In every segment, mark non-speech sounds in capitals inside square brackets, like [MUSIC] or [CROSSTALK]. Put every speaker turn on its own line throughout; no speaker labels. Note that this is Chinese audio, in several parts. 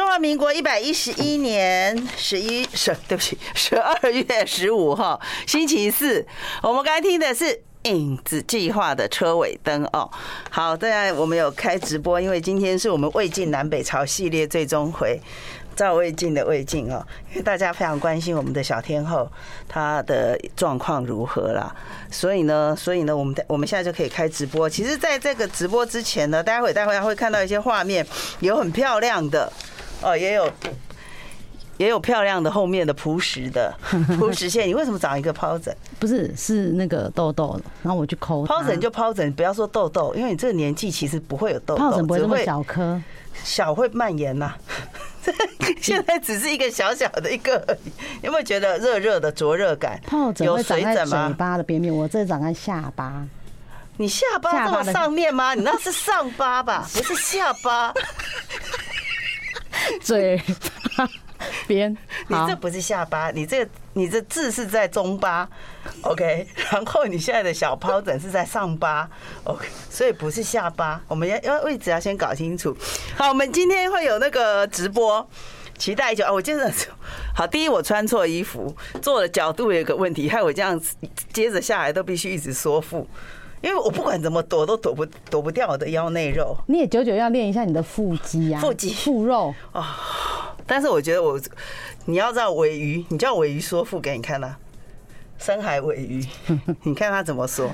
华民国一百一十一年十一十，对不起，十二月十五号星期四，我们刚才听的是《影子计划》的车尾灯哦。好，当然我们有开直播，因为今天是我们魏晋南北朝系列最终回。赵魏晋的魏晋哦，因为大家非常关心我们的小天后她的状况如何啦，所以呢，所以呢，我们我们现在就可以开直播。其实，在这个直播之前呢，待会待会会看到一些画面，有很漂亮的哦，也有也有漂亮的后面的朴实
[LAUGHS]
的朴实线。你为什么长一个疱疹？
不是是那个痘痘，然后我去抠它
疱疹就疱疹，不要说痘痘，因为你这个年纪其实不会有痘痘，
疱疹不会
只
这么小颗，
小会蔓延呐、 [LAUGHS] 现在只是一个小小的一个而已，有没有觉得热热的灼热感？
疱疹
有
会长
水
在
疹
嘴
吗？
巴的边边，我这长在下巴。
你下巴
下
这
巴
么
的
上面吗？你那是上巴吧，不是下巴。
嘴巴边。
[LAUGHS] 你
好
这，不是下巴，你这个你这痣是在中巴，OK。然 [LAUGHS] 后你现在的小疱疹是在上巴，OK。所以不是下巴，我们要要位置要先搞清楚。好，我们今天会有那个直播。期待已久啊！我接着好，第一我穿错衣服，坐的角度有个问题，害我这样子接着下来都必须一直缩腹，因为我不管怎么躲都躲不躲不掉我的腰内肉。
你也久久要练一下你的腹肌呀、啊，
腹肌
腹肉。
但是我觉得我，你要让尾鱼，你叫尾鱼说腹给你看呐、啊深海尾鱼，你看他怎么说。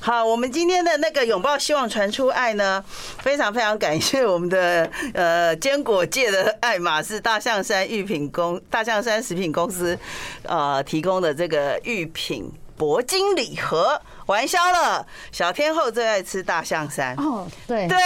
好，我们今天的那个拥抱希望传出爱呢，非常非常感谢我们的呃坚果界的爱马仕大象山玉品公大象山食品公司呃提供的这个玉品铂金礼盒，玩消了，小天后最爱吃大象山。
哦，对，
对，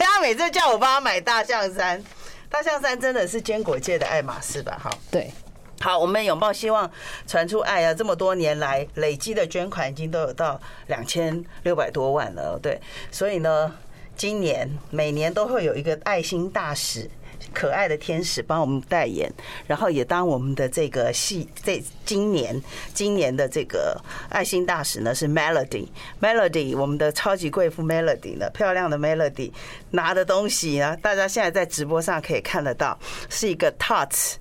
他每次叫我帮他买大象山，大象山真的是坚果界的爱马仕吧？好，
对，
好，我们拥抱希望传出爱啊！这么多年来累积的捐款已经都有到两千六百多万了，对，所以呢，今年每年都会有一个爱心大使。可爱的天使帮我们代言，然后也当我们的这个戏，这今年今年的这个爱心大使呢是 Melody Melody，我们的超级贵妇 Melody 呢，漂亮的 Melody 拿的东西呢，大家现在在直播上可以看得到，是一个 Touch。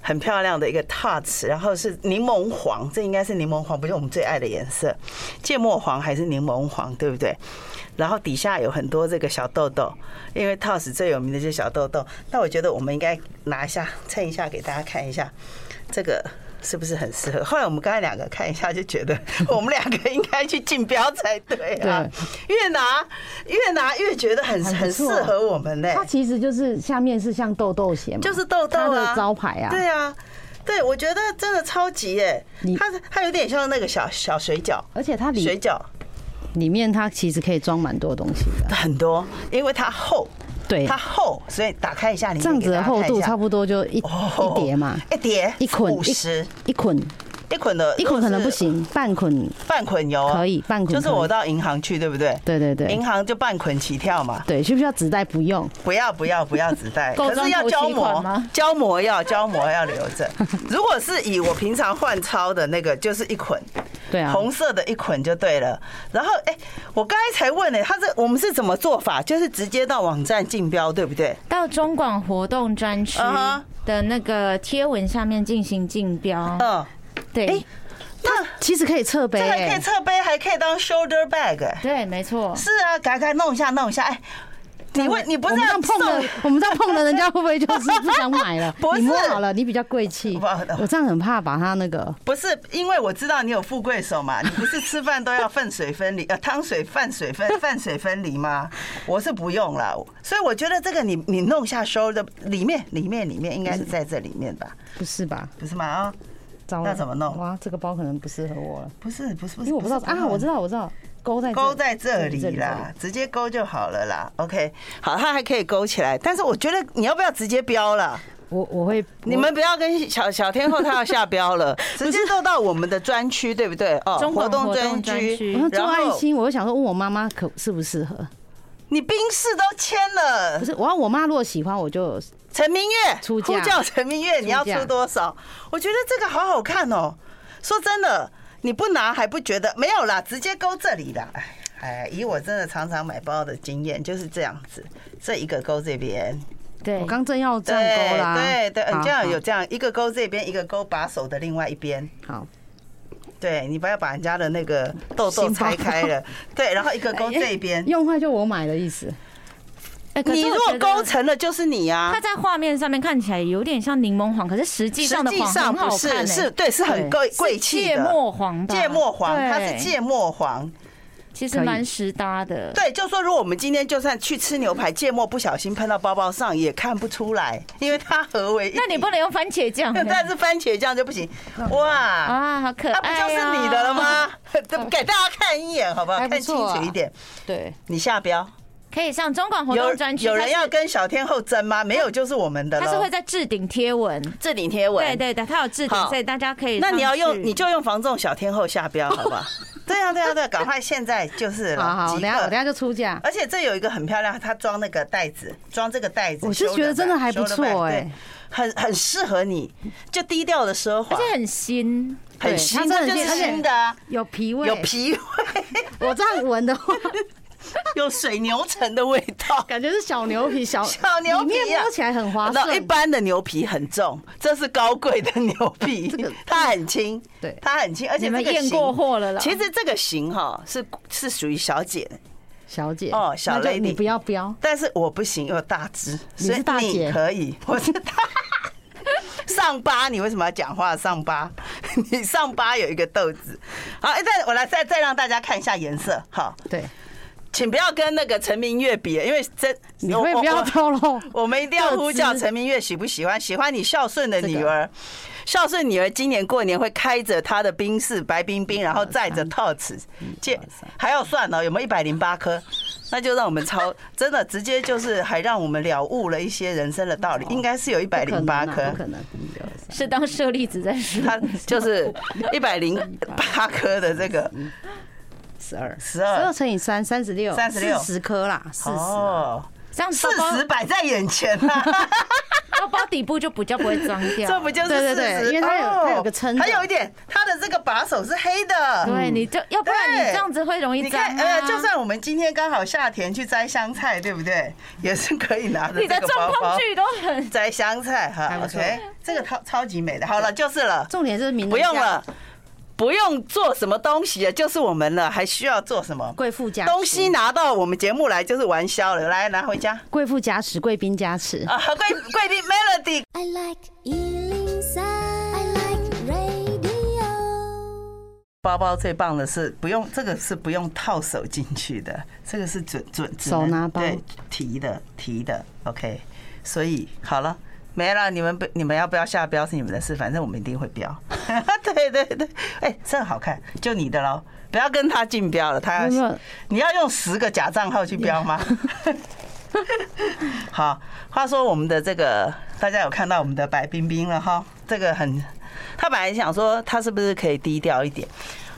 很漂亮的一个 touch，然后是柠檬黄，这应该是柠檬黄，不是我们最爱的颜色，芥末黄还是柠檬黄，对不对？然后底下有很多这个小豆豆，因为 touch 最有名的就是小豆豆。那我觉得我们应该拿一下称一下给大家看一下，这个是不是很适合？后来我们刚才两个看一下就觉得，我们两个应该去竞标才对啊。越拿越拿越觉得很
很不
很适
错
合我们呢、
它其实就是下面是像豆豆鞋嘛，
就是豆豆
它
啊
的招牌啊。
对啊，对，我觉得真的超级耶、
你
它它有点像那个小小水饺，
而且它
水
里
饺
里面它其实可以装蛮多东西的，
很多，因为它厚，
对，
它厚，所以打开一下里面
这样子的厚度差
不
不多就一一叠嘛，
一叠
一捆
五十，
一捆
一捆的
一捆可能不，行，半捆
半捆油啊
可以，半捆
哦就是
可以
我到银行去，对不对？
对对对
银行就半捆起跳嘛，
对，需不需要纸袋？不用，
不要不要不要纸
[LAUGHS]
袋，
够
可是要
装头
胶
期款
膜
吗，
胶膜要胶膜要留着。如果是以我平常换钞的那个，就是一捆，
对啊，
红色的一捆就对了。然后，哎、我刚才才问呢、他这我们是怎么做法？就是直接到网站竞标，对不对？
到中广活动专区
嗯哼
的那个贴文下面进行竞标。
嗯，
对
那
其实可以侧背、
这还可以
欸，
侧背，还可以当 shoulder bag、哎
对，没错。
是啊，赶快弄一下，弄一下。哎、你问你不
我
是
们这
要
样碰了
送，？
[LAUGHS] 我们这样碰了，人家会不会就是不想买了
[LAUGHS] 不是
你摸好了，你比较贵气
不好的。
我这样很怕把它那个，
不是，因为我知道你有富贵手嘛，你不是吃饭都要粪水分离， [LAUGHS] 呃，汤水、饭水
[LAUGHS]
分、饭水分离吗？我是不用啦，所以我觉得这个你你弄一下 shoulder 里面里面里面应该是在这里面吧，
不是吧？
不是吗？啊、
糟了，
那怎么弄
哇，这个包可能不适合我了，
不是不是不
因
是，
为我不知道
是
啊，我知道，我知道，勾在
勾在这里啦，
这
直接勾就好了啦。OK，好，它还可以勾起来，但是我觉得你要不要直接标了？
里我我会
你们不要跟小小天后她要下标了，直接都到我们的专区，对不对？哦，
中
活
广
动
活
专
动专
区
区
我，要
然
做爱
后
心，我就想说问我妈妈可适不适合？
你冰室都签了
不，是，我要我妈如果喜欢，我就
陈明月
出价
呼叫陈明月，你要出多少？我觉得这个好好看哦。说真的，你不拿还不觉得没有啦，直接勾这里啦。哎哎，以我真的常常买包的经验就是这样子，这一个勾这边，
对
我，刚正要站
对
勾啦，
对对，
好
你这样
好
有这样一个勾这边，一个勾把手的另外一边。
好，
对你不要把人家的那个痘痘
心包
拆开了，对，然后一个勾这边。
用坏就我买的意思。
哎可是
你
我
如
觉
果
得
勾成了，就是你啊
它。在画面上面看起来有点像柠檬黄，可是实际
实
上的
际
黄
上
很
不
好
是，
看、欸，
是对，是很贵贵气
芥
的。
末黄吧？
芥末黄，
对
它是芥末黄。
其实
可以
蛮实搭的。
对，就说如果我们今天就算去吃牛排，芥末不小心喷到包包上也看不出来，因为它合为一体。
那你不能用番茄酱、
[LAUGHS]
欸，
但是番茄酱就不行。哇，
啊，好可
那不
爱、
就
啊，
是你的了？
[LAUGHS]
吗？ [LAUGHS] 给大家看一眼好不好？
还不
看清
错啊
楚一点。
对，
你下标。
可以上中广活
有
动专区，
有人
它是
要跟小天后争吗？没有，就是我们的
它是会
了。
在置顶贴文，
置顶贴文
对对对，它有置顶，
好
所以大家可以上
那
去。
你要用，你就用防重小天后下标，好不好？对呀、对呀、对、啊，赶快现在就是了，
好 [LAUGHS] 好，
即
等
刻
一下我等一下就出价。
而且这有一个很漂亮，它装那个袋子，装这个袋子，
我是觉得真的还不错哎、
哎，很很适合你，就低调的奢华
而，且很新，
很
对
新，
它真
这
的
就是
而且
新的啊，
有皮味，
有。皮味，
[LAUGHS]
[LAUGHS]
我这样闻的话，
有水牛城的味道。
感觉是小牛皮，小
[LAUGHS] 小牛皮啊
里面摸起来很划
那
算。
一般的牛皮很重，这是高贵的牛皮
这个，
它很轻，
对
它很轻，而且
你
这
们
个
验
型
过货了啦。
其实这个型哈是是属于小姐的，
小姐
哦小
那就
lady
你不要标，
但是我不行，我大只，
你
所
是
以
大
你
姐
可以， [LAUGHS] 我是大。上巴，你为什么要讲话？上巴， [LAUGHS] 你上巴有一个豆子。好，哎，再我来再再让大家看一下颜色。好，
对，
请不要跟那个陈明月比，因为真
你
我
会
我
不啊要
我
透露？
[LAUGHS] 我们一定要呼叫
各自
陈明月喜不喜欢？喜欢你孝顺的女儿，孝顺女儿今年过年会开着她的宾士白冰冰，然后载着 Tots
嗯
借，还要算哦，有没有一百零八
[LAUGHS]
颗？那就让我们超真的直接就是还让我们了悟了一些人生的道理，应该是有一百
不
零
可能
八
啊
颗
哦不。可能。一二三
是当舍利子在说，
它就是一百零八颗的这个
嗯十二，
十
十
二
二乘以三，三十六，
36
四十颗啦，四十。
哦，
这样
事
包包
实摆在眼前啦、
包包底部就比较不会脏掉。
这不就是
对对对
事实
因为它有
哦
它有个撑着
还有一点，它的这个把手是黑的，
对，你就要不然你
嗯对
这样子会容易
哎你
脏
看，
啊。
呃，就算我们今天刚好夏天去摘香菜，对不对？也是可以拿着
你的
这个包
状
包
况剧都很
摘香菜
还
哈。
不错
OK，这个超超级美的。好了，就是了，
重点是名人
不用
家，
了，不用做什么东西了，就是我们了，还需要做什么？
贵妇加持
东西，拿到我们节目来就是玩消了，来拿回家
贵妇加持，贵宾加持。
啊！贵贵宾 Melody
I like Ealing Sound. I like radio.
包包最棒的是不用这个是不用套手进去的，这个是准准只能
手拿包
对提的提的，OK。所以好了，没了，你们不你们要不要下标是你们的事，反正我们一定会标。 [LAUGHS] 对对对，哎、这个好看，就你的喽，不要跟他竞标了，他
没有没
要
有
你要用十个假账号去标吗？ [LAUGHS] 好，话说我们的这个大家有看到我们的白冰冰了哈，这个很，他本来想说他是不是可以低调一点，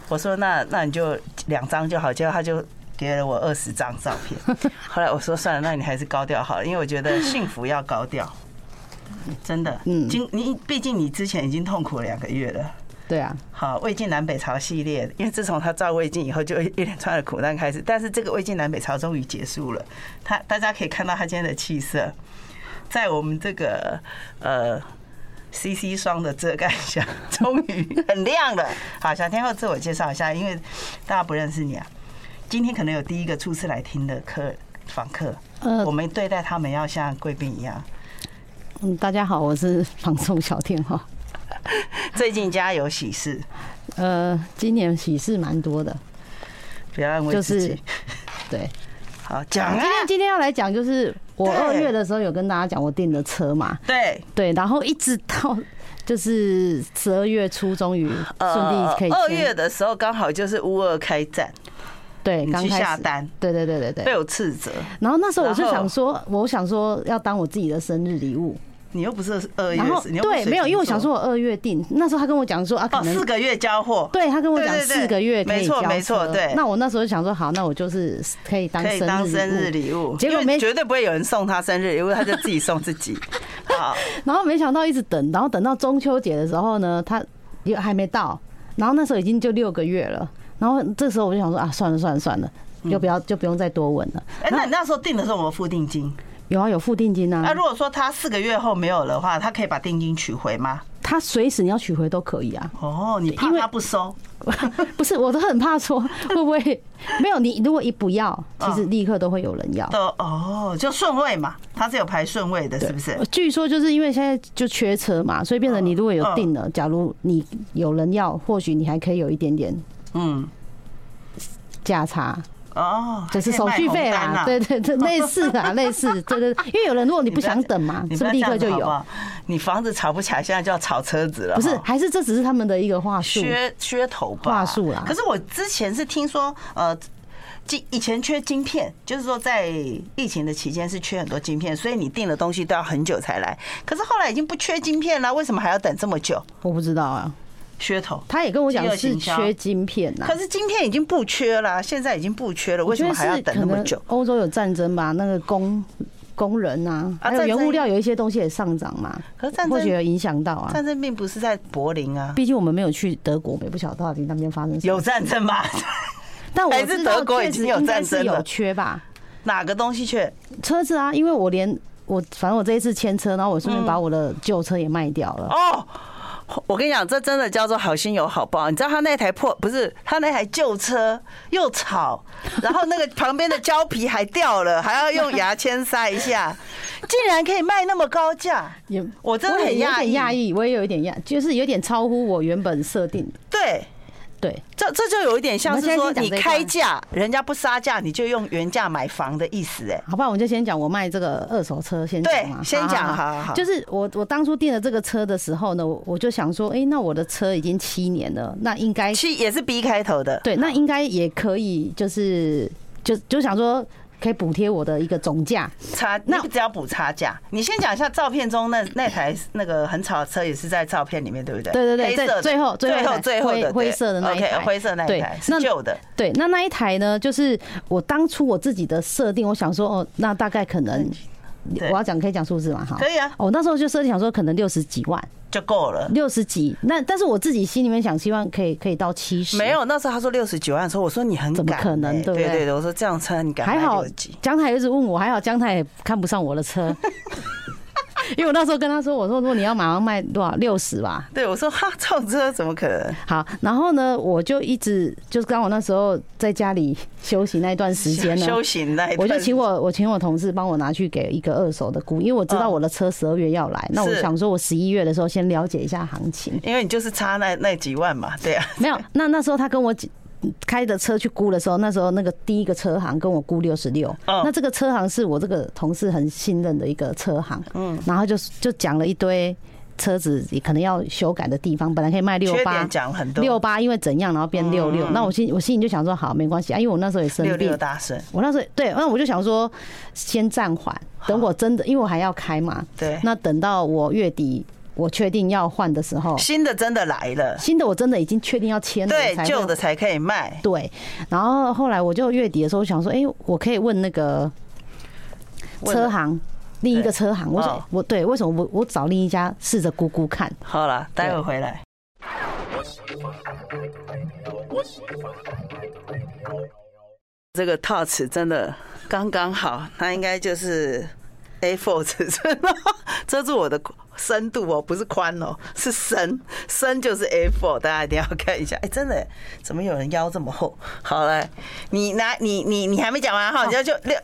我说那那你就两张就好，结果他就。给了我二十张照片，后来我说算了，那你还是高调好了，因为我觉得幸福要高调，真的。嗯，
嗯
经你毕竟你之前已经痛苦了两个月了，
对啊，
好，魏晋南北朝系列，因为自从他照魏晋以后，就一一连串的苦难开始。但是这个魏晋南北朝终于结束了，他大家可以看到他今天的气色，在我们这个呃 CC 霜的遮盖下，终于 [LAUGHS] 很亮了。好，小天后自我介绍一下，因为大家不认识你啊，今天可能有第一个初次来听的客访客，
呃
我，们对待他们要像贵宾一样。
嗯大家好，我是放松小天哈。
最近家有喜事，
呃，今年喜事蛮多的，
不要安慰自己。
就是对。
好讲啊，
今天今天要来讲就是我
对
二月的时候有跟大家讲我订的车嘛，
对。
对，然后一直到就是十二月初终于顺利可以签
呃二月的时候刚好就是乌二开战，
对
你
刚
去
开
下
始。
单
对对对对对，
被我斥责，
然后那时候我就
然后
想说，我想说要当我自己的生日礼物，
你又不是二月
然后，
你又不是
对
水
没有，因为我
瓶
想
座
说我二月订，那时候他跟我讲说啊，可
哦，
能
四个月交货，
对他跟我讲
对对对
四个月可以
没错
交
没错
车
对
那我那时候就想说，好，那我就是可以当
可以当生日
生日礼
礼物，
结果
因为
没
绝对不会有人送他生日礼物，他就自己送自 [LAUGHS] 己。好，
物，然后没想到一直等，然后等到中秋节的时候呢，他也还没到，然后那时候已经就六个月了，然后这时候我就想说啊，算了算了算了，就不要就不用再多问了。
嗯哎，那你那时候订的时候有没有付定金？
有啊，有付定金
那
啊，
如果说他四个月后没有的话，他可以把定金取回吗？
他随时你要取回都可以啊。
哦，你怕
因为
他不收？
不是，我都很怕说会不会没有你，如果一不要，其实立刻都会有人要。
的哦，就顺位嘛，他是有排顺位的，是不是？
据说就是因为现在就缺车嘛，所以变成你如果有
嗯
定了，假如你有人要，或许你还可以有一点点
嗯，
价差，
哦，
就是
还
手
可以
续
卖
费
红单
啦
啊，
对
[LAUGHS]
对对，类似啊，类似，对对，对因为有人如果你不想等嘛，
你
是
不
不是
要
立刻
这
就
样子好不
有？
好？你房子炒不起来，现在就要炒车子了。
不是，
哈
还是这只是他们的一个话术，
噱噱头吧，
话术啦
可是我之前是听说，呃，晶以前缺晶片，就是说在疫情的期间是缺很多晶片，所以你订的东西都要很久才来。可是后来已经不缺晶片了，为什么还要等这么久？
我不知道啊。
噱头。
他也跟我
饥
讲
饿
是
行销
缺晶片啊呐、
可是晶片已经不缺啦，现在已经不缺了，为什么还要等那么久？？
欧洲有战争吧，那个工工人啊，
啊
还有
战
原
争
物料有一些东西也上涨嘛，
可是战
或许有
争，
影响到啊。
战争并不是在柏林啊，
毕竟我们没有去德国，我们也不晓得到底那边发生什么。
有战争吗？ [LAUGHS]
但我
还是
知道
德国已
确实
经有
应该
战
是
争了
有缺吧？
哪个东西缺？
车子啊，因为我连我反正我这一次签车，然后我
嗯
顺便把我的旧车也卖掉了。
哦，我跟你讲，这真的叫做好心有好报。你知道他那台破不是他那台旧车又吵，然后那个旁边的胶皮还掉了，还要用牙签塞一
[LAUGHS]
下，竟然可以卖那么高价。
也
我真的
也
很
有
讶
点
异
讶异，我也有一点讶，就是有点超乎我原本设定。
对，
对，
这这就有一点像是
我
说
们现在先讲
你
这一
开价，人家不杀价，你就用原价买房的意思。哎，
好吧，我们就先讲我卖这个二手车，先
对
讲嘛
先讲好好好
就是我我当初订了这个车的时候呢，我我就想说，哎，那我的车已经七年了，那应该
七也是 B 开头的，
对，那应该也可以，就是就就想说可以补贴我的一个总价。
差
那
那只要补差价。你先讲一下照片中那那台那个很吵的车也是在照片里面，对不对？
对对对
黑色的
在最后最后
最
一
后
台
最后
灰
的
灰色的那一
o k
台
灰色那一
对
台是
那
旧的，
对，那那一台呢，就是我当初我自己的设定，我想说，哦，那大概可能。
对
我要讲可以讲数字嘛？哈，
可以啊
哦我那时候就设定想说，可能六十几万，
就够了。
六十几。那但是我自己心里面想，希望可以可以到七十。
没，有，那时候他说六十九万的时候，我说你很
怎么
敢欸，
可能对
对
不对
对对，我说这样车你敢
还好
卖几？
江太一直问我，还好江太也看不上我的车，因为我那时候跟他说，我说如果你要马上卖多少，六十吧，
对，我说哈，这种车怎么可能？
好，然后呢，我就一直就是刚我那时候在家里休息那一段时间呢，
修行那一
我
段
就请我我请我同事帮我拿去给一个二手的估，因为我知道我的车十二月要来，那我
嗯是
想说我十一月的时候先了解一下行情。
因为你就是差那那几万嘛，对啊，
没有，那那时候他跟我几开的车去估的时候，那时候那个第一个车行跟我估六十六，
嗯
那这个车行是我这个同事很信任的一个车行，嗯，然后就就讲了一堆。车子也可能要修改的地方，本来可以卖六
缺
八
点，讲很多，
六八，因为怎样，然后变六六。那我心我心里就想说，好，没关系啊，因为我那时候也生
六
病
六，大顺，
我那时候对，那我就想说先暂缓，等我真的，因为我还要开嘛。
对，
那等到我月底我确定要换的时候，
新的真的来了，
新的我真的已经确定要签了，
对
我才，会
旧的才可以卖，
对。然后后来我就月底的时候我想说，哎，我可以问那个
问了
车行。另一
对
个车行，我
哦
说我对，为什么我我找另一家试着估估看？
好了，待会
对
回来。这个套尺真的刚刚好，它应该就是 A4 尺寸了， [LAUGHS] 遮住我的深度哦，不是宽哦，是深，深就是 A4，大家一定要看一下。哎，真的耶，怎么有人腰这么厚？好了，你拿你你你还没讲完哈，你要就六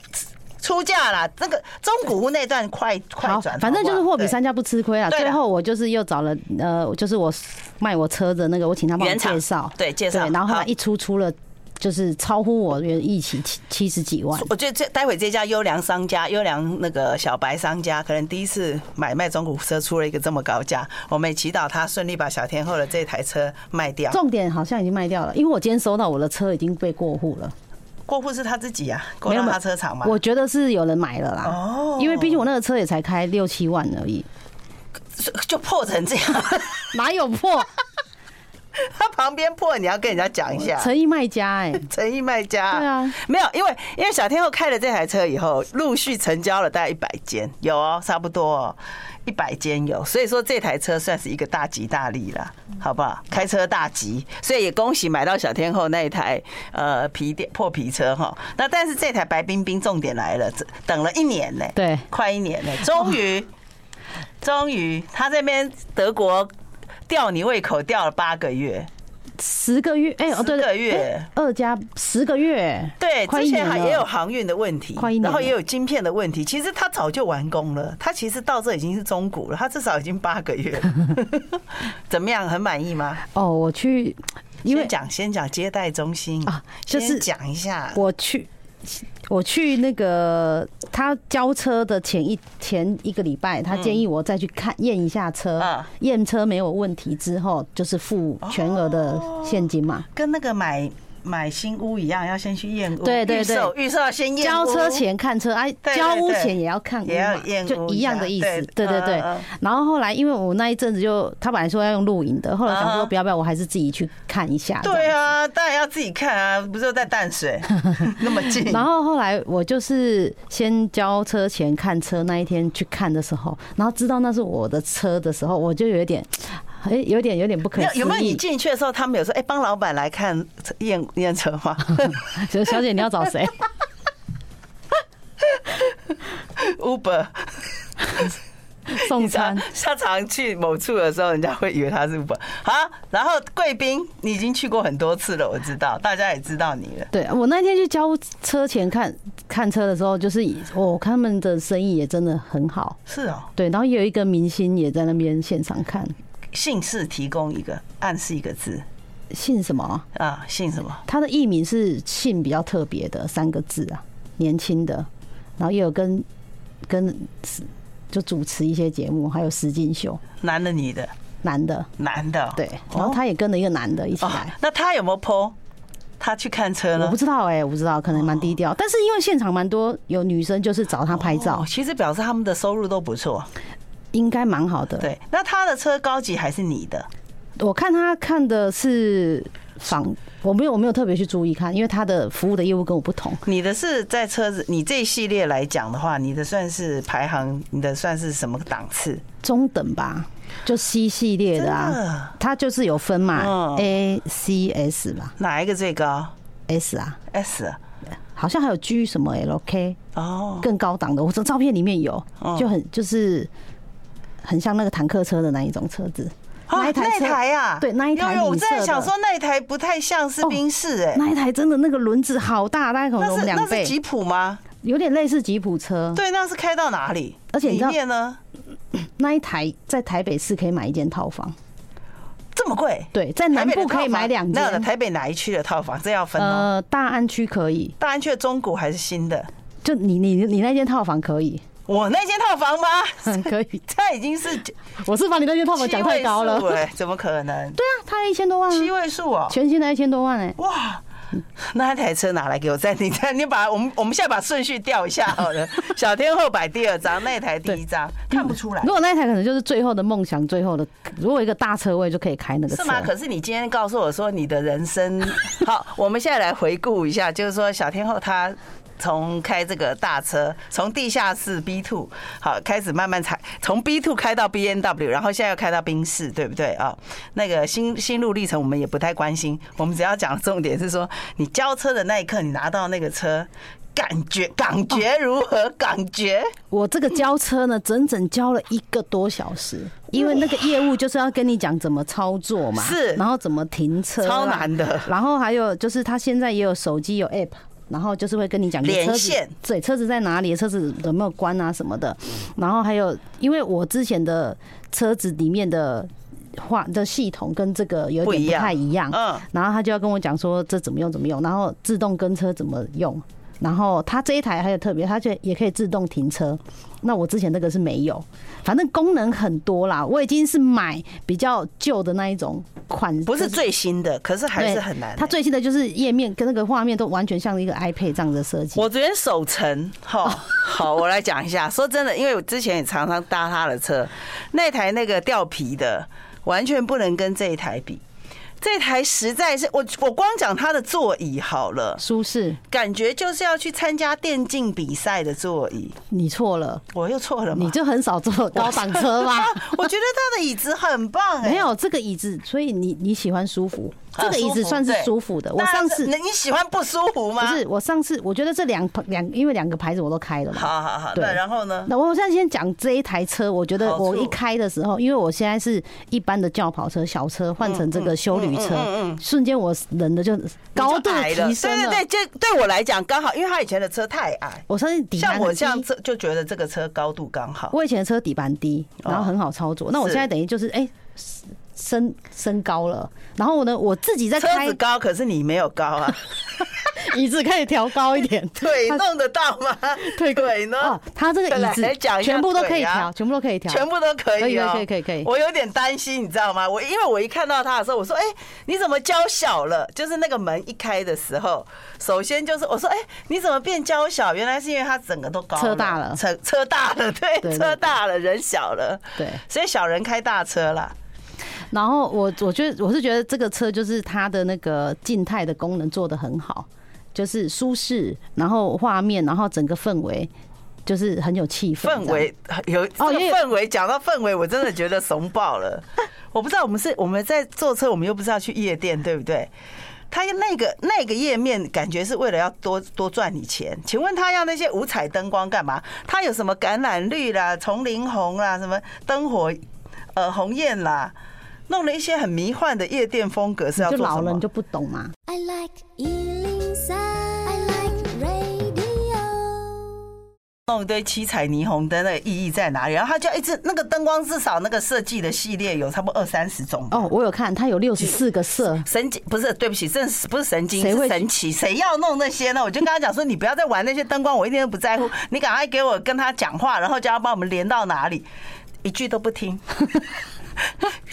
出价啦，那个中古屋那段快快
好，
转，
反正就是
好不好
货比三家不吃亏啦。啊
对啦
最后我就是又找了呃，就是我卖我车的那个，我请他帮我
原厂
介绍，
对介绍
对，然后后来
好
一出出了，就是超乎我原预期七七十几万。
我觉得这待会这家优良商家、优良那个小白商家，可能第一次买卖中古车出了一个这么高价，我们也祈祷他顺利把小天后的这台车卖掉。
重点好像已经卖掉了，因为我今天收到我的车已经被过户了，
过户是他自己啊，过
没有
到
没有
他车厂嘛。
我觉得是有人买了啦，
哦，
因为毕竟我那个车也才开
[LAUGHS]
六七万而已，
就破成这样，
哪有破？
[LAUGHS] 他旁边破，你要跟人家讲一下。
[LAUGHS] 诚意卖家哎、
[LAUGHS] 诚意卖家，
对啊，
没有，因为因为小天后开了这台车以后，陆续成交了大概一百间，有哦，差不多哦，一百间有，所以说这台车算是一个大吉大利了，好不好？开车大吉，所以也恭喜买到小天后那一台呃皮电破皮车哈。那但是这台白冰冰重点来了，这等了一年呢、
对
快一年了，终于，终于他这边德国吊你胃口吊了八个月，
十个月哎、哦对
十个
对，
月
哎二加十个月，
对，
快
之
一
前
年
还
了
也有航运的问题
快一，年
然后也
了
有晶片的问题。其实它早就完工了，它其实到这已经是中古了，它至少已经八个月
[LAUGHS]
了。怎么样？很满意吗？
哦，我去，因为
先讲先讲接待中心
啊就是
先讲一下。
我去。我去那个他交车的前一前一个礼拜，他建议我再去看验一下车
嗯，哦
验车没有问题之后，就是付全额的现金嘛。
跟那个买买新屋一样，要先去验屋，
对对
预
对
售预售要先验
交车
屋
前看车，哎
对，对
交屋
对
前也要看屋
也要
嘛
验，
就
屋
一
一
样
下
的意
对
思。对对对
嗯嗯。
然后后来，因为我那一阵子就他本来说要用录影的，后来想
啊哈
说不要不要，我还是自己去看一下。
对。啊，当然要自己看啊，不是在淡
[LAUGHS]
水那么近。
然后后来我就是先交车前看车那一天去看的时候，然后知道那是我的车的时候，我就有点，哎，有点有点不可
没有
思议。
有没有你进去的时候，他们有说哎，帮老板来看验验车
[LAUGHS]
吗？
[LAUGHS] 小小姐你要找谁？
Uber
送
[LAUGHS]
餐。
他常去某处的时候，人家会以为他是 Uber。好， [LAUGHS] 然后贵宾，你已经去过很多次了，我知道，大家也知道你了。
对我那天去交车前看看车的时候，就是我看他们的生意也真的很好，
是哦，
对，然后也有一个明星也在那边现场看，
姓氏提供一个，暗示一个字
姓什么啊？
啊，姓什么？
他的艺名是姓比较特别的三个字啊，年轻的，然后也有跟跟就主持一些节目，还有实境秀，
男的、女的？
男的，
男的哦。
对，然后他也跟了一个男的一起
哦
来。，
那他有没有 PO？他去看车
我
呢
不？知道哎、我不知道，可能蛮低调，但是因为现场蛮多有女生，就是找他拍照
哦，，其实表示他们的收入都不错。
应该蛮好的。
对，那他的车高级还是你的？
我看他看的是仿，我没有我没有特别去注意看，因为他的服务的业务跟我不同。
你的是在车子，你这一系列来讲的话，你的算是排行，你的算是什么档次？
中等吧，就 C 系列的
真
啊
的，
它就是有分嘛
嗯
，A、C、S 吧
哪一个最高
，S 啊，
？S 啊
好像还有 G 什么 L、K
哦，
更高档的，我这照片里面有，就很就是很像那个坦克车的那一种车子，
啊
那一台车
那台啊，
对那一台
有有，我
米色
在想
的哦
说那一台不太像是宾士哎、
那一台真的那个轮子好大，大概可能
那
我们
是
两
那是
倍，
吉普吗？
有点类似吉普车。
对，那是开到哪里？
而且你
里
知道
面呢
那一台在台北市可以买一间套房，
这么贵，
对，在南
台北
部
的套
可以买
房
两
那有
间，
台北哪一区的套房？这要分哦。
呃，大安区可以，
大安区的中古还是新的？
就你你你那间套房可以， [LAUGHS]
我那间套房吗？ [LAUGHS]
嗯，可以。
它已经是七
我是把你那间套房
七
讲太
位
高了。
数
对
哎、怎么可能？
啊，他一千多万、
七
啊，
位数哦，
全新的一千多万哎、
哇！那台车拿来给我再你再你把我们我们现在把顺序调一下好了。小天后摆第二张，那台第一张看不出来
如。果那一台可能就是最后的梦想，最后的如果有一个大车位就可以开那个车
是，吗？可是你今天告诉我说你的人
[LAUGHS]
生，好，我们现在来回顾一下，就是说小天后她从开这个大车，从地下室 B two 好开始慢慢踩，从 B two 开到 B N W，然后现在又开到宾士，对不对啊、那个心心路历程我们也不太关心，我们只要讲的重点是说，你交车的那一刻，你拿到那个车。感觉感觉如何？感觉
我这个交车呢， [LAUGHS] 整整交了一个多小时，因为那个业务就是要跟你讲怎么操作嘛，
是
然后怎么停车，啊
超难
[LAUGHS]
的。
然后还有就是，他现在也有手机有 app，然后就是会跟你讲你的
连
车
线
子对车子在哪里，车子有没有关啊什么的。然后还有，因为我之前的车子里面的话的系统跟这个有
不
点
一
不
样
太一样，
嗯，
然后他就要跟我讲说这怎么用怎么用，然后自动跟车怎么用。然后他这一台还有特别，它就也可以自动停车。那我之前那个是没有，反正功能很多啦。我已经是买比较旧的那一种款，
不
就是
最新的，可是还
对，
是很难欸。
它最新的就是页面跟那个画面都完全像一个 iPad 这样的设计。
我昨天守城，哈，
哦
好，我来讲一下。说真的，因为我之前也常常搭他的车，那台那个掉皮的，完全不能跟这一台比。这台实在是我我光讲它的座椅好了，
舒适，
感觉就是要去参加电竞比赛的座椅。
你错了，
我又错了吗？
你就
[LAUGHS]
很少坐高档车嘛。
我觉得它的椅子很棒哎、
没有这个椅子，所以你你喜欢舒服，
啊
这个椅子算是舒服的。我
那
上
是
次
你你喜欢不舒服
不
吗？
是，我上次我觉得这两两，因为两个牌子我都开了嘛。
好好好，
对
那然后呢？
那我现在先讲这一台车，我觉得
好处
我一开的时候，因为我现在是一般的轿跑车、小车，换成
嗯
这个修旅车，瞬间我人的就高度
你就矮了
提升
对
了。
对对，这对我来讲刚好，因为他以前的车太矮，
我相信底
像
盘
我
很
这样
低，
这就觉得这个车高度刚好。
我以前的车底盘低，
哦
然后很好操作。那我
是
现在等于就是哎、升升高了，然后呢，我自己在
车
开
子高，可是你没有高啊，
[LAUGHS] 椅子可以调高一点，
腿
它
弄得到
[LAUGHS]
吗？
腿
腿呢？
哦，它这个
[LAUGHS] 对
椅
来来
子
讲一下
全部都可以
腿啊
调，全部都可以调，
全部都可以哦、
可以可以可以可以
我有点担心，你知道吗？我因为我一看到他的时候，我说：“哎、你怎么娇小了？”就是那个门一开的时候，首先就是我说：“哎、你怎么变娇小？”原来是因为他整个都高
车大了
车车大了， [LAUGHS] 对，
对对
车大了，人小了，
对。
所以小人开大车啦。
然后我我觉得我是觉得这个车就是它的那个静态的功能做得很好，就是舒适，然后画面，然后整个氛围就是很有气氛。
氛围有这
哦
个
也有
氛围，讲到氛围，我真的觉得怂爆
[LAUGHS]
了。我不知道我们是我们在坐车，我们又不是要去夜店，对不对？他那个那个页面感觉是为了要多多赚你钱，请问他要那些五彩灯光干嘛？他有什么橄榄绿啦、丛林红啦、什么灯火呃红艳啦，弄了一些很迷幻的夜店风格是要
这样
做
就老
什
了你
么？
就不懂嘛。
I like Ealing Sound. I like radio.
弄一堆七彩霓虹灯，那个意义在哪里？然后他就一直那个灯光至少那个设计的系列有差不多二三十种吧
哦，我有看，它有六十四个色，
神经不是，对不起，这是不是神经，
嗯谁会
是神奇。谁要弄那些呢？我就跟他讲说，你不要再玩那些灯光，我一点都不在乎。你赶快给我跟他讲话，然后叫他帮我们连到哪里，一句都不听。 [LAUGHS]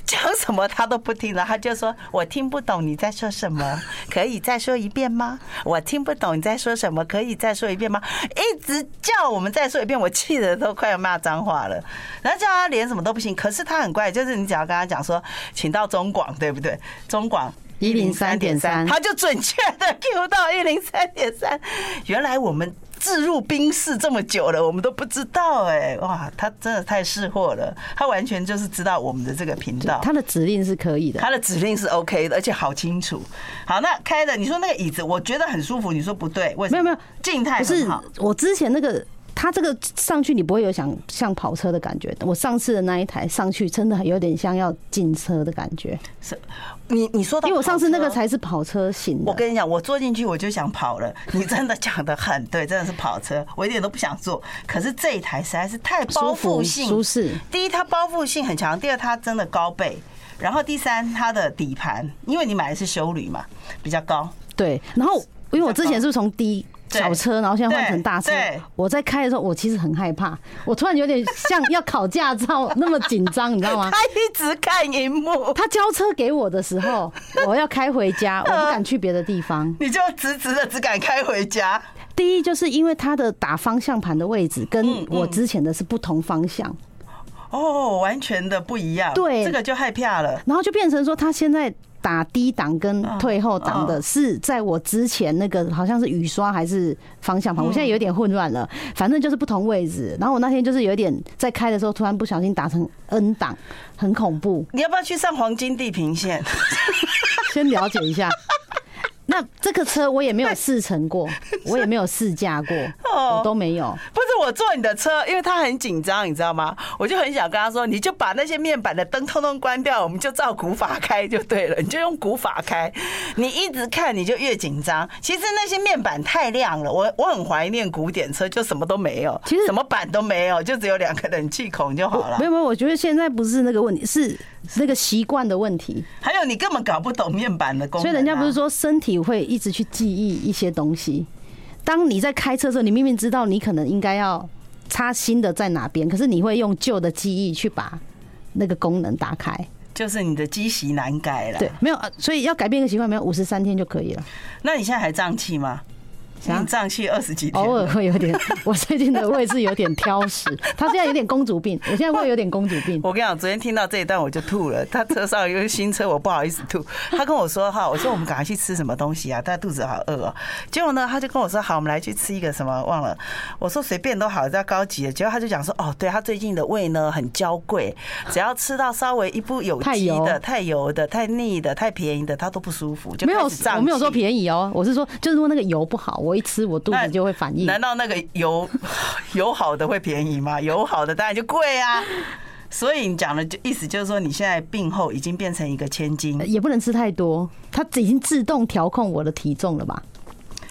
讲什么他都不听了，他就说：“我听不懂你在说什么，可以再说一遍吗？我听不懂你在说什么，可以再说一遍吗？”一直叫我们再说一遍，我气得都快要骂脏话了。然后叫他连什么都不行，可是他很怪，就是你只要跟他讲说，请到中广，对不对？中广。
103.3
他就准确的 Q 到一零三点三。原来我们置入冰室这么久了，我们都不知道哎、哇，他真的太识货了，他完全就是知道我们的这个频道。
它的指令是可以的。
他的指令是 OK 的，而且好清楚。好，那开的，你说那个椅子，我觉得很舒服。你说不对，为什么？
没有没有
静态
不
很
是
好
我之前那个，它这个上去你不会有想像跑车的感觉。我上次的那一台上去真的有点像要进车的感觉，
是你你说到
因为我上次那个
跑车，
才是跑车型
我
的。
跟你讲，我坐进去我就想跑了。你真的讲的很对，真的是跑车，我一点都不想坐。可是这一台实在是太包覆
舒服
性
舒适，
第一，它包覆性很强；第二，它真的高背；然后第三，它的底盘，因为你买的是修旅嘛，比较高。
对，然后因为我之前是从低
对
小车，然后现在换成大车
对对。
我在开的时候，我其实很害怕，我突然有点像要考驾照那么紧张，你知道吗
他？一直看荧幕， [LAUGHS]
他交车给我的时候，我要开回家，我不敢去别的地方。
你就直直的只敢开回家。
第一，就是因为它的打方向盘的位置
嗯
跟我之前的是不同方向，
哦，完全的不一样。
对
这个就害怕了。
然后就变成说，他现在打低档跟退后档的是在我之前那个好像是雨刷还是方向盘，我现在有点混乱了，反正就是不同位置。然后我那天就是有点在开的时候，突然不小心打成 N 档，很恐怖。
你要不要去上黄金地平线？ [LAUGHS]
先了解一下。那这个车我也没有试乘过，我也没有试驾过，
哦
我都没有。
不是我坐你的车，因为他很紧张，你知道吗？我就很想跟他说，你就把那些面板的灯通通关掉，我们就照古法开就对了，你就用古法开。你一直看你就越紧张。其实那些面板太亮了，我我很怀念古典车，就什么都没有，
其实
什么板都没有，就只有两个冷气孔就好了
没。有没有，我觉得现在不是那个问题，是那个习惯的问题。
还有你根本搞不懂面板的功能、啊
所以人家不是。说身体会一直去记忆一些东西。当你在开车的时候，你明明知道你可能应该要插新的在哪边，可是你会用旧的记忆去把那个功能打开。
就是你的积习难改了。 [LAUGHS]
对，，没有，呃所以要改变一个习惯，没有五十三天就可以了。
那你现在还胀气吗？你胀气二十几天，
偶尔会有点，我最近的胃是有点挑食，他现在有点公主
[LAUGHS]
病，我现在胃有点公主病。
我跟你讲，昨天听到这一段我就吐了。他车上有一个新车，我不好意思吐。 [LAUGHS] 他跟我说哈，我说我们赶快去吃什么东西啊？他肚子好饿哦。结果呢，他就跟我说好，我们来去吃一个什么忘了。我说随便都好，只要高级的。结果他就讲说哦，对他最近的胃呢很娇贵，只要吃到稍微一不有
太
机
油
的、太油的、太腻的、太便宜的，他都不舒服，就
没有
开始胀，气
我没有说便宜哦，我是说，就是说那个油不好，我一吃我肚子就会反应。
难道那个油 [LAUGHS] 油好的会便宜吗？油好的当然就贵啊。所以你讲的就意思就是说，你现在病后已经变成一个千金，
也不能吃太多，它已经自动调控我的体重了吧？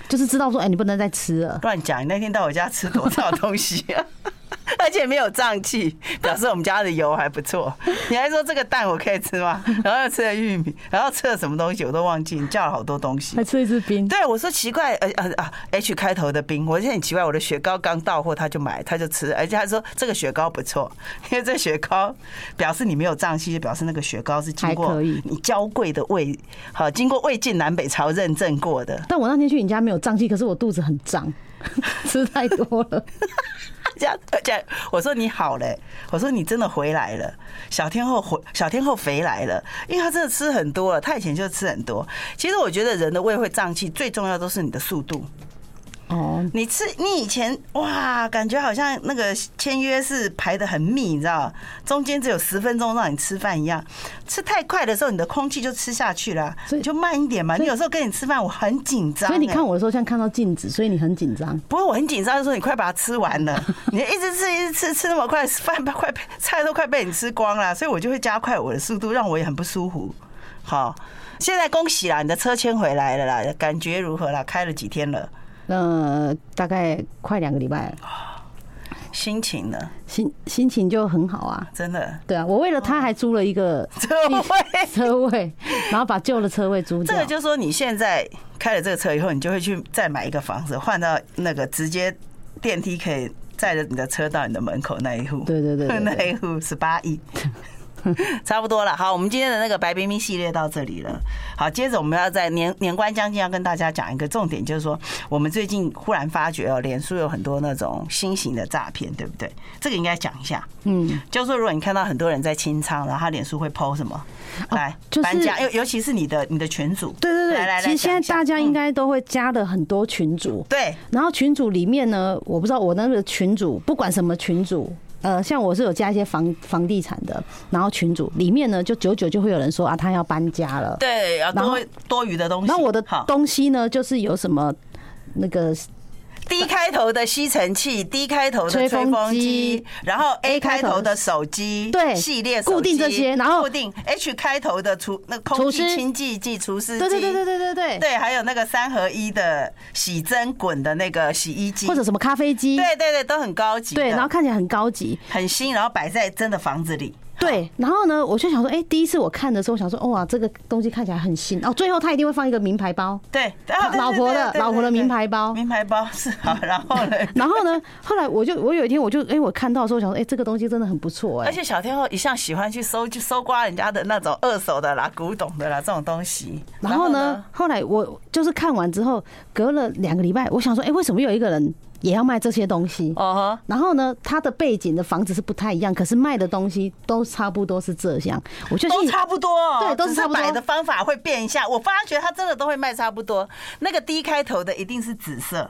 就是知道说，哎、你不能再吃了。
乱讲！你那天到我家吃多少东西啊？ [LAUGHS] 而且没有胀气，表示我们家的油还不错。你还说这个蛋我可以吃吗？然后又吃了玉米，然后吃了什么东西我都忘记，你叫了好多东西
还。吃一支冰，
对，我说奇怪，呃呃啊，H 开头的冰，我现在很奇怪，我的雪糕刚到货，他就买，他就吃，而且他说这个雪糕不错，因为这雪糕表示你没有胀气，就表示那个雪糕是经
还
过
可以
你娇贵的胃，好，经过魏晋南北朝认证过的，
但我那天去你家没有胀气，可是我肚子很胀， [LAUGHS] 吃太多
[LAUGHS]
了。
这样，而且我说你好嘞，我说你真的回来了，小天后回小天后肥来了，因为她真的吃很多了，她以前就吃很多。其实我觉得人的胃会胀气，最重要都是你的速度。
哦，
你吃，你以前哇，感觉好像那个签约是排的很密，你知道，中间只有十分钟让你吃饭一样。吃太快的时候，你的空气就吃下去了，
所以
你就慢一点嘛。你有时候跟你吃饭，我很紧张、
[LAUGHS] 所以你
欸
看我的时候像看到镜子，所以你很紧张。
不过我很紧张，就说你快把它吃完了， [LAUGHS] 你一直吃一直吃，吃那么快，饭快被菜都快被你吃光了，啊所以我就会加快我的速度，让我也很不舒服。好，现在恭喜啦，你的车签回来了啦，感觉如何啦？开了几天了？
呃，大概快两个礼拜了，
心情呢？
心心情就很好啊。
真的， [LAUGHS]
对啊，我为了
哦
他还租了一个
这会
车位，然后把旧的车位租
这
掉
个。就是说你现在开了这个车以后，你就会去再买一个房子，换到那个直接电梯可以载着你的车到你的门口那一户。
对对对对
那
对
一户十八
[LAUGHS]
亿。差不多了，好，我们今天的那个白冰冰系列到这里了。好，接着我们要在年年关将近，要跟大家讲一个重点，就是说我们最近忽然发觉哦，脸书有很多那种新型的诈骗，对不对？这个应该讲一下。
嗯，
就是说，如果你看到很多人在清仓，然后他脸书会 PO 什么？来，
哦就是
颁奖，尤尤其是你的你的群主，
对对
来来来
对，其实现在
讲一下
大家
嗯
应该都会加了很多群主，
对
然后群组里面呢，我不知道我那个群组，不管什么群组，呃，像我是有加一些房房地产的，然后群组里面呢，就久久就会有人说啊，他要搬家了。
对，要
然后
多多余的东西。
那我的
好，
东西呢，就是有什么那个
D 开头的吸尘器，D 开头的吹
吹风
风
机
机，然后 A
A 开
开
头
头的手机，
对
系列手机
固定这些然后
固定 H 开头的厨那空
厨师
气清洁剂、厨师机，
对对对对对对对，
对，还有那个三合一的洗蒸滚的那个洗衣机，
或者什么咖啡机，
对对对，都很高级的，
对，然后看起来很高级。
很新，然后摆在真的房子里。
对，然后呢，我就想说，哎，第一次我看的时候，我想说，哇，这个东西看起来很新。哦，最后他一定会放一个名牌包，
对，啊对
老婆的
对对对对
老婆的
对
名牌包
名牌包是好，然后呢？ [LAUGHS]
然后呢，后来我就我有一天我就哎、我看到的时候想说，哎、这个东西真的很不错哎、
而且小天后一向喜欢去搜去搜刮人家的那种二手的啦、古董的啦这种东西。
然后呢，后来我就是看完之后，隔了两个礼拜，我想说，哎、为什么有一个人也要卖这些东西？
然后呢？哦
然后呢，他的背景的房子是不太一样，可是卖的东西都差不多是这样。我就
呵，都
心里
差不多哦，
对都是
只
差不多
买的方法会变一下。我发觉他真的都会卖差不多。那个 D 开头的一定是紫色，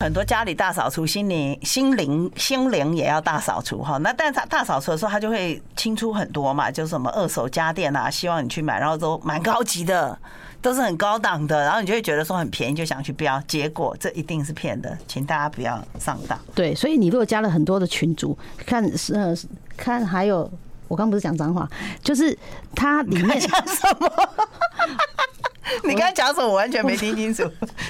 很多家里大扫除，心灵、心灵、心灵也要大扫除哈。那但是他大扫除的时候，他就会清出很多嘛，就是什么二手家电啊，希望你去买，然后都蛮高级的，都是很高档的，然后你就会觉得说很便宜，就想去标，结果这一定是骗的，请大家不要上当。
对，所以你如果加了很多的群主，看是呃看还有。我刚不是讲脏话，就是它里
[LAUGHS]
面
什么？你刚才讲什么？我完全没听清楚。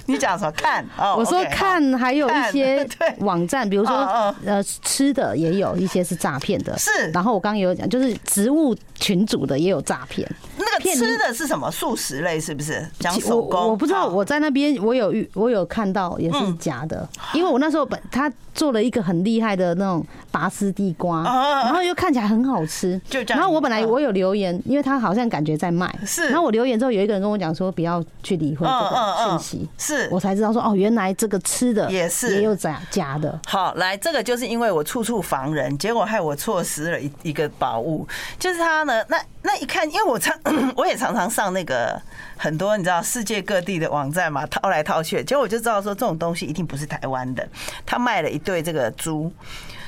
你讲什么？看哦，
我说
OK，好
看还有一些
看 [LAUGHS] 对
网站，比如说
嗯
呃吃的也有一些是诈骗的，
是
然后我刚刚也有讲，就是植物群组的也有诈骗，
那个
片
吃的是什么？素食类是不是？讲手
我
工，嗯
我不知道，
哦
我在那边我有遇，我有看到也是假的，因为我那时候本他做了一个很厉害的那种拔丝地瓜，
啊
然后又看起来很好吃，
就这样
然后我本来
嗯
我有留言，因为他好像感觉在卖，
是嗯
然后我留言之后有一个人跟我讲说不要去理会这个讯息，
是
我才知道说哦，原来这个吃的
也是
也有假假的，
好，来，这个就是因为我处处防人，结果害我错失了一一个宝物，就是他呢。那那一看，因为我常 [CLEARS THROAT] 我也常常上那个很多你知道世界各地的网站嘛，掏来掏去，结果我就知道说这种东西一定不是台湾的。他卖了一对这个猪，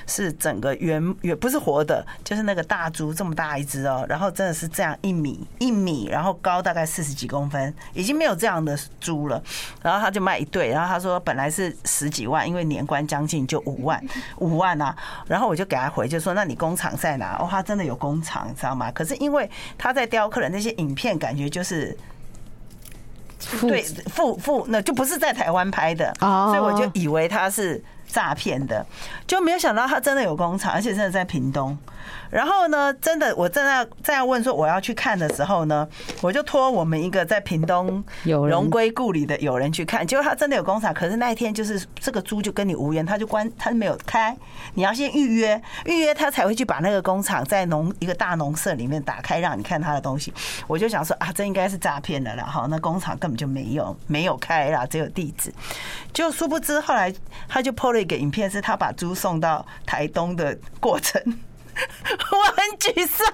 是整个原原不是活的，就是那个大猪这么大一只哦，然后真的是这样一米一米，然后高大概四十几公分，已经没有这样的猪了。然后他就卖一对，然后他说本来是十几万，因为年关将近就五万五万啊。然后我就给他回就说那你工厂在哪？哦，他真的有工厂，你知道吗？可是因为他在雕刻的那些影片，感觉就是
复
对，付付那就不是在台湾拍的，
哦
所以我就以为他是诈骗的，就没有想到他真的有工厂，而且真的在屏东。然后呢，真的我正在在问说我要去看的时候呢，我就托我们一个在屏东
友人
荣归故里的友人去看，结果他真的有工厂，可是那一天就是这个猪就跟你无缘，他就关，他没有开，你要先预约，预约他才会去把那个工厂在农一个大农舍里面打开，让你看他的东西。我就想说啊，这应该是诈骗的啦，哈，那工厂根本就没有没有开啦，只有地址。就殊不知后来他就 PO 了一个影片，是他把猪送到台东的过程， [LAUGHS] 我很沮丧。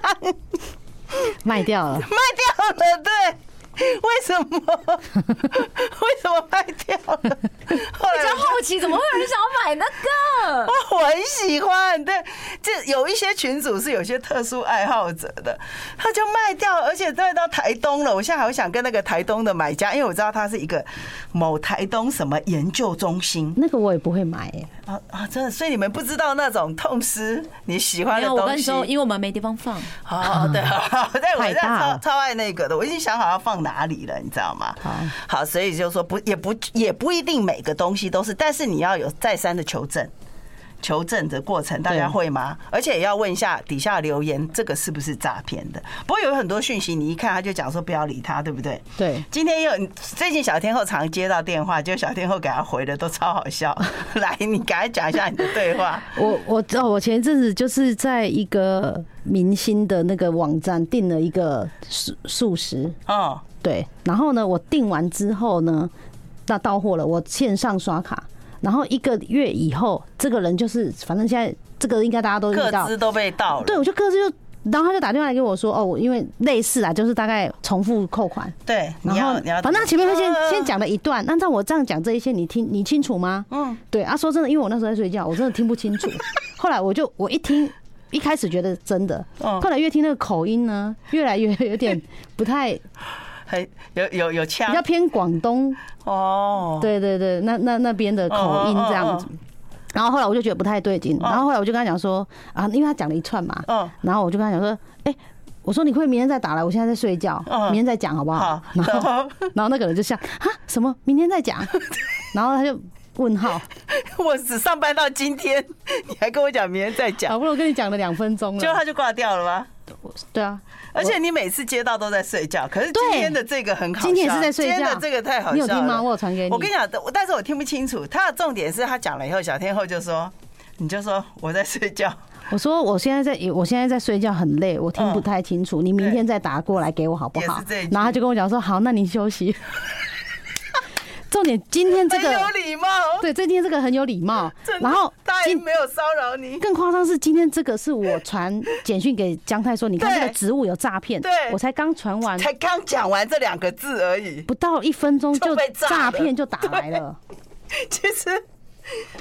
卖
[LAUGHS]
掉了，
卖掉了，对。为什么？
[LAUGHS]
为什么卖掉了？后
比
来
较
我就哦
好奇，怎么会有人想要买那个？
我很喜欢，对，这有一些群主是有些特殊爱好者的，他就卖掉，而且卖到台东了。我现在好想跟那个台东的买家，因为我知道他是一个某台东什么研究中心
那个我也不会买、欸，
啊啊，真的，所以你们不知道那种痛失你喜欢
没
的
有，我跟
东
你
西。
说，因为我们没地方放，
哦，对，对，我
嗯
[LAUGHS] 在
太大
超
了
超爱那个的，我已经想好要放哪里了，你知道吗？
好，
好，所以就说不也不也不一定每个东西都是，但是你要有再三的求证。求证的过程，大家会吗？而且也要问一下底下留言，这个是不是诈骗的？不过有很多讯息，你一看他就讲说不要理他，对不对？
对，
今天又最近小天后常接到电话，就小天后给他回的都超好
[LAUGHS]
笑。来，你赶快讲一下你的对话。
我我哦，我前一阵子就是在一个明星的那个网站订了一个素素食， [LAUGHS]
哦，
对，然后呢，我订完之后呢，那到货了，我线上刷卡，然后一个月以后，这个人就是反正现在这个应该大家都遇
各
到
自，都被盗了。
对我就各自就，然后他就打电话来给我说，哦，我因为类似啊，就是大概重复扣款。
对，
然
你要
后
你要，
反正他前面会先
嗯
先。讲了一段，按照我这样讲这一些，你听你清楚吗？
嗯，
对啊，说真的，因为我那时候在睡觉，我真的听不
[LAUGHS]
清楚。后来我就我一听，一开始觉得真的，
嗯
后来越听那个口音呢，越来越有点不
[LAUGHS]
太，比
很有有有枪
较偏广东，
哦，
对对对，那那那边的口音这样子
嗯。
然后后来我就觉得不太对劲，然后后来我就跟他讲说啊，因为他讲了一串嘛，
嗯，
然后我就跟他讲说，哎，我说你会明天再打来，我现在在睡觉，
嗯
明天再讲好不好 [LAUGHS]
好？，
然
然 [LAUGHS]
后
后
然后那个人就像啊什么明天再讲，
[LAUGHS]
然后他就问号，
我只上班到今天，你还跟我讲明天再
好
讲，
不容易跟你讲了两分钟
结果
了，
他就挂掉了吗？
对啊，
而且你每次接到都在睡觉，可是今
对
天的这个很好笑，
今天也是在睡觉
今天的这个太好笑了。
你有听吗我有传给你
我跟你讲，但是我听不清楚。他的重点是他讲了以后，小天后就说，你就说我在睡觉。
我说我现在在，我现在在睡觉，很累，我听不太清楚。你明天再打过来给我好不
也
好
是这一句？
然后他就跟我讲说：“好，那你休息。” [LAUGHS] 重点今天 [LAUGHS] 这
很
个
有礼貌，
对，这今天这个很有礼貌
真。的
然后
他也
今
没有骚扰你。
更夸张是今天这个是我传简讯给江太说，你看
对
这个植物有诈骗
对，
我才刚传完
才刚讲完这两个字而已，
不到一分钟
就
就
被炸了
诈骗就打来了。
[LAUGHS] 其实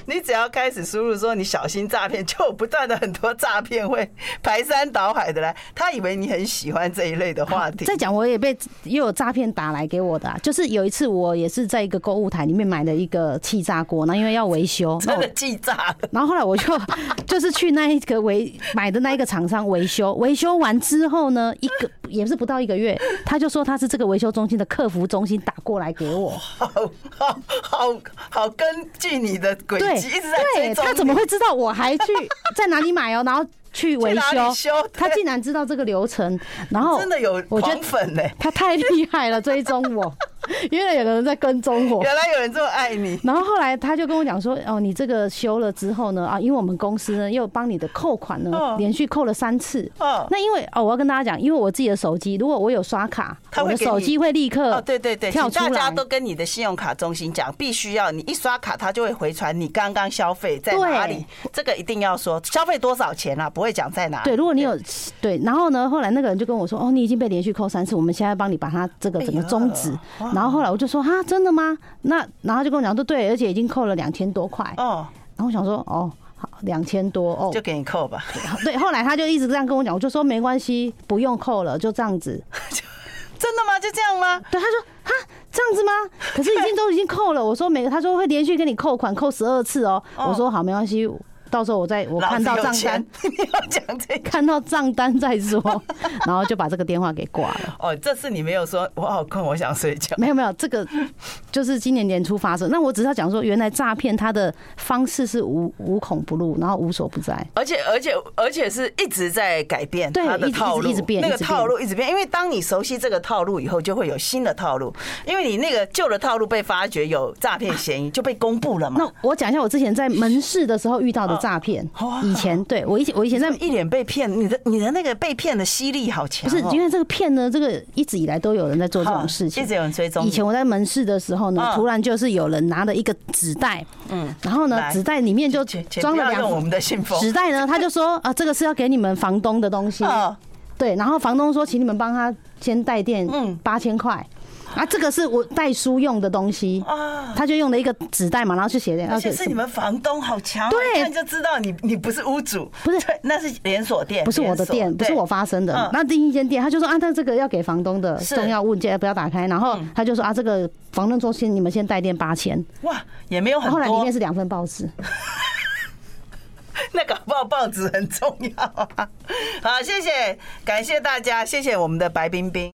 你只要开始输入说你小心诈骗，就有不断的很多诈骗会排山倒海的来。他以为你很喜欢这一类的话题
再，讲我也被也有诈骗打来给我的、啊，就是有一次我也是在一个购物台里面买了一个气炸锅，那因为要维修，
[LAUGHS]
那
[LAUGHS] 真
我
的记炸了。
然后后来我就 [LAUGHS] 就是去那一个维买的那一个厂商维修，维修完之后呢，一个也是不到一个月，他就说他是这个维修中心的客服中心打过来给我，
好好好好，根据你的轨
对
迹一直在追
对，
踪你。
他怎么会知道我还去在哪里买哦？然后去
[LAUGHS]
维
去哪里
修
修，
他
对
竟然知道这个流程，然后
真的有
我觉
狂
得
粉呢、
他太厉害了，追踪我， [LAUGHS] 原来有人在跟踪我。
原来有人这么爱你，
然后后来他就跟我讲说，哦，你这个修了之后呢，啊，因为我们公司呢又帮你的扣款呢
嗯
连续扣了三次。
哦
那因为哦，我要跟大家讲，因为我自己的手机，如果我有刷卡，
他
我
会
的
给你
手机会立刻
哦，对对对，
呃跳
请
出
大家
来。
都跟你的信用卡中心讲，必须要你一刷卡，它就会回传你刚刚消费在哪里，这个一定要说消费多少钱啊，不会讲在哪里。
对，如果你有对，然后呢，后来那个人就跟我说，哦，你已经被连续扣三次，我们现在帮你把它这个整个终止。
哎呀
然后后来我就说，哈，真的吗？那然后他就跟我讲说，对，而且已经扣了两千多块。
哦，
然后我想说，哦，好，两千多哦，
就给你扣吧。 [LAUGHS]
对，后来他就一直这样跟我讲，我就说没关系，不用扣了，就这样子。 [LAUGHS]
真的吗？就这样吗？
对，他说哈这样子吗？可是已
[LAUGHS]
经都已经扣了，我说没，他说会连续跟你扣款扣十二次哦、
哦
我说好，没关系，到时候我再我
老子
看到
有
账单
钱， [LAUGHS] 你要讲这个。
[LAUGHS] 看到账单再说， [LAUGHS] 然后就把这个电话给挂了。
哦，这次你没有说我好困，我想睡觉。
没有没有，这个就是今年年初发生。那我只是要讲说，原来诈骗它的方式是无无孔不入，然后无所不在。
而且而且而且是一直在改变
对
他
一
的
直
套
一
路，
直一直变
那
一
个
直
套路一直变，因为当你熟悉这个套路以后，就会有新的套路，因为你那个旧的套路被发觉有诈骗嫌疑，就被公布了嘛。
那我讲一下我之前在门市的时候遇到的诈骗
哦。
以前对我以前我以前在
一脸被骗，你的你的那个被骗的吸力好强
不
哦、
是，因为这个骗呢，这个一直以来都有人在做这种事情，
一直有人追踪你
以前我在门市的时候呢，
嗯
突然就是有人拿了一个纸袋，嗯，然后呢，
来
纸袋里面就
请请
装
不
了
要
两
用我
幅
们的信封
纸袋呢，他
[LAUGHS]
就说啊，这个是要给你们房东的东西，
啊，
对，然后房东说，请你们帮他先带电，嗯
嗯，
八千块。啊，这个是我带书用的东西
啊
他就用了一个纸袋嘛，然后去写的，
而
而
且是你们房东好强哦，
对
一看就知道你你不是屋主，
不是
对那是连锁店，
不是我的
哎连锁
店，不是
对
我发生的
嗯。
那第一间店，他就说啊，那这个要给房东的
是嗯
重要物件不要打开。然后他就说啊，这个房东说先你们先带电八千，
哇，也没有很
后来里
多
面，是两份报纸。
[LAUGHS] 那搞不好报纸很重要啊。好，谢谢，感谢大家，谢谢我们的白冰冰。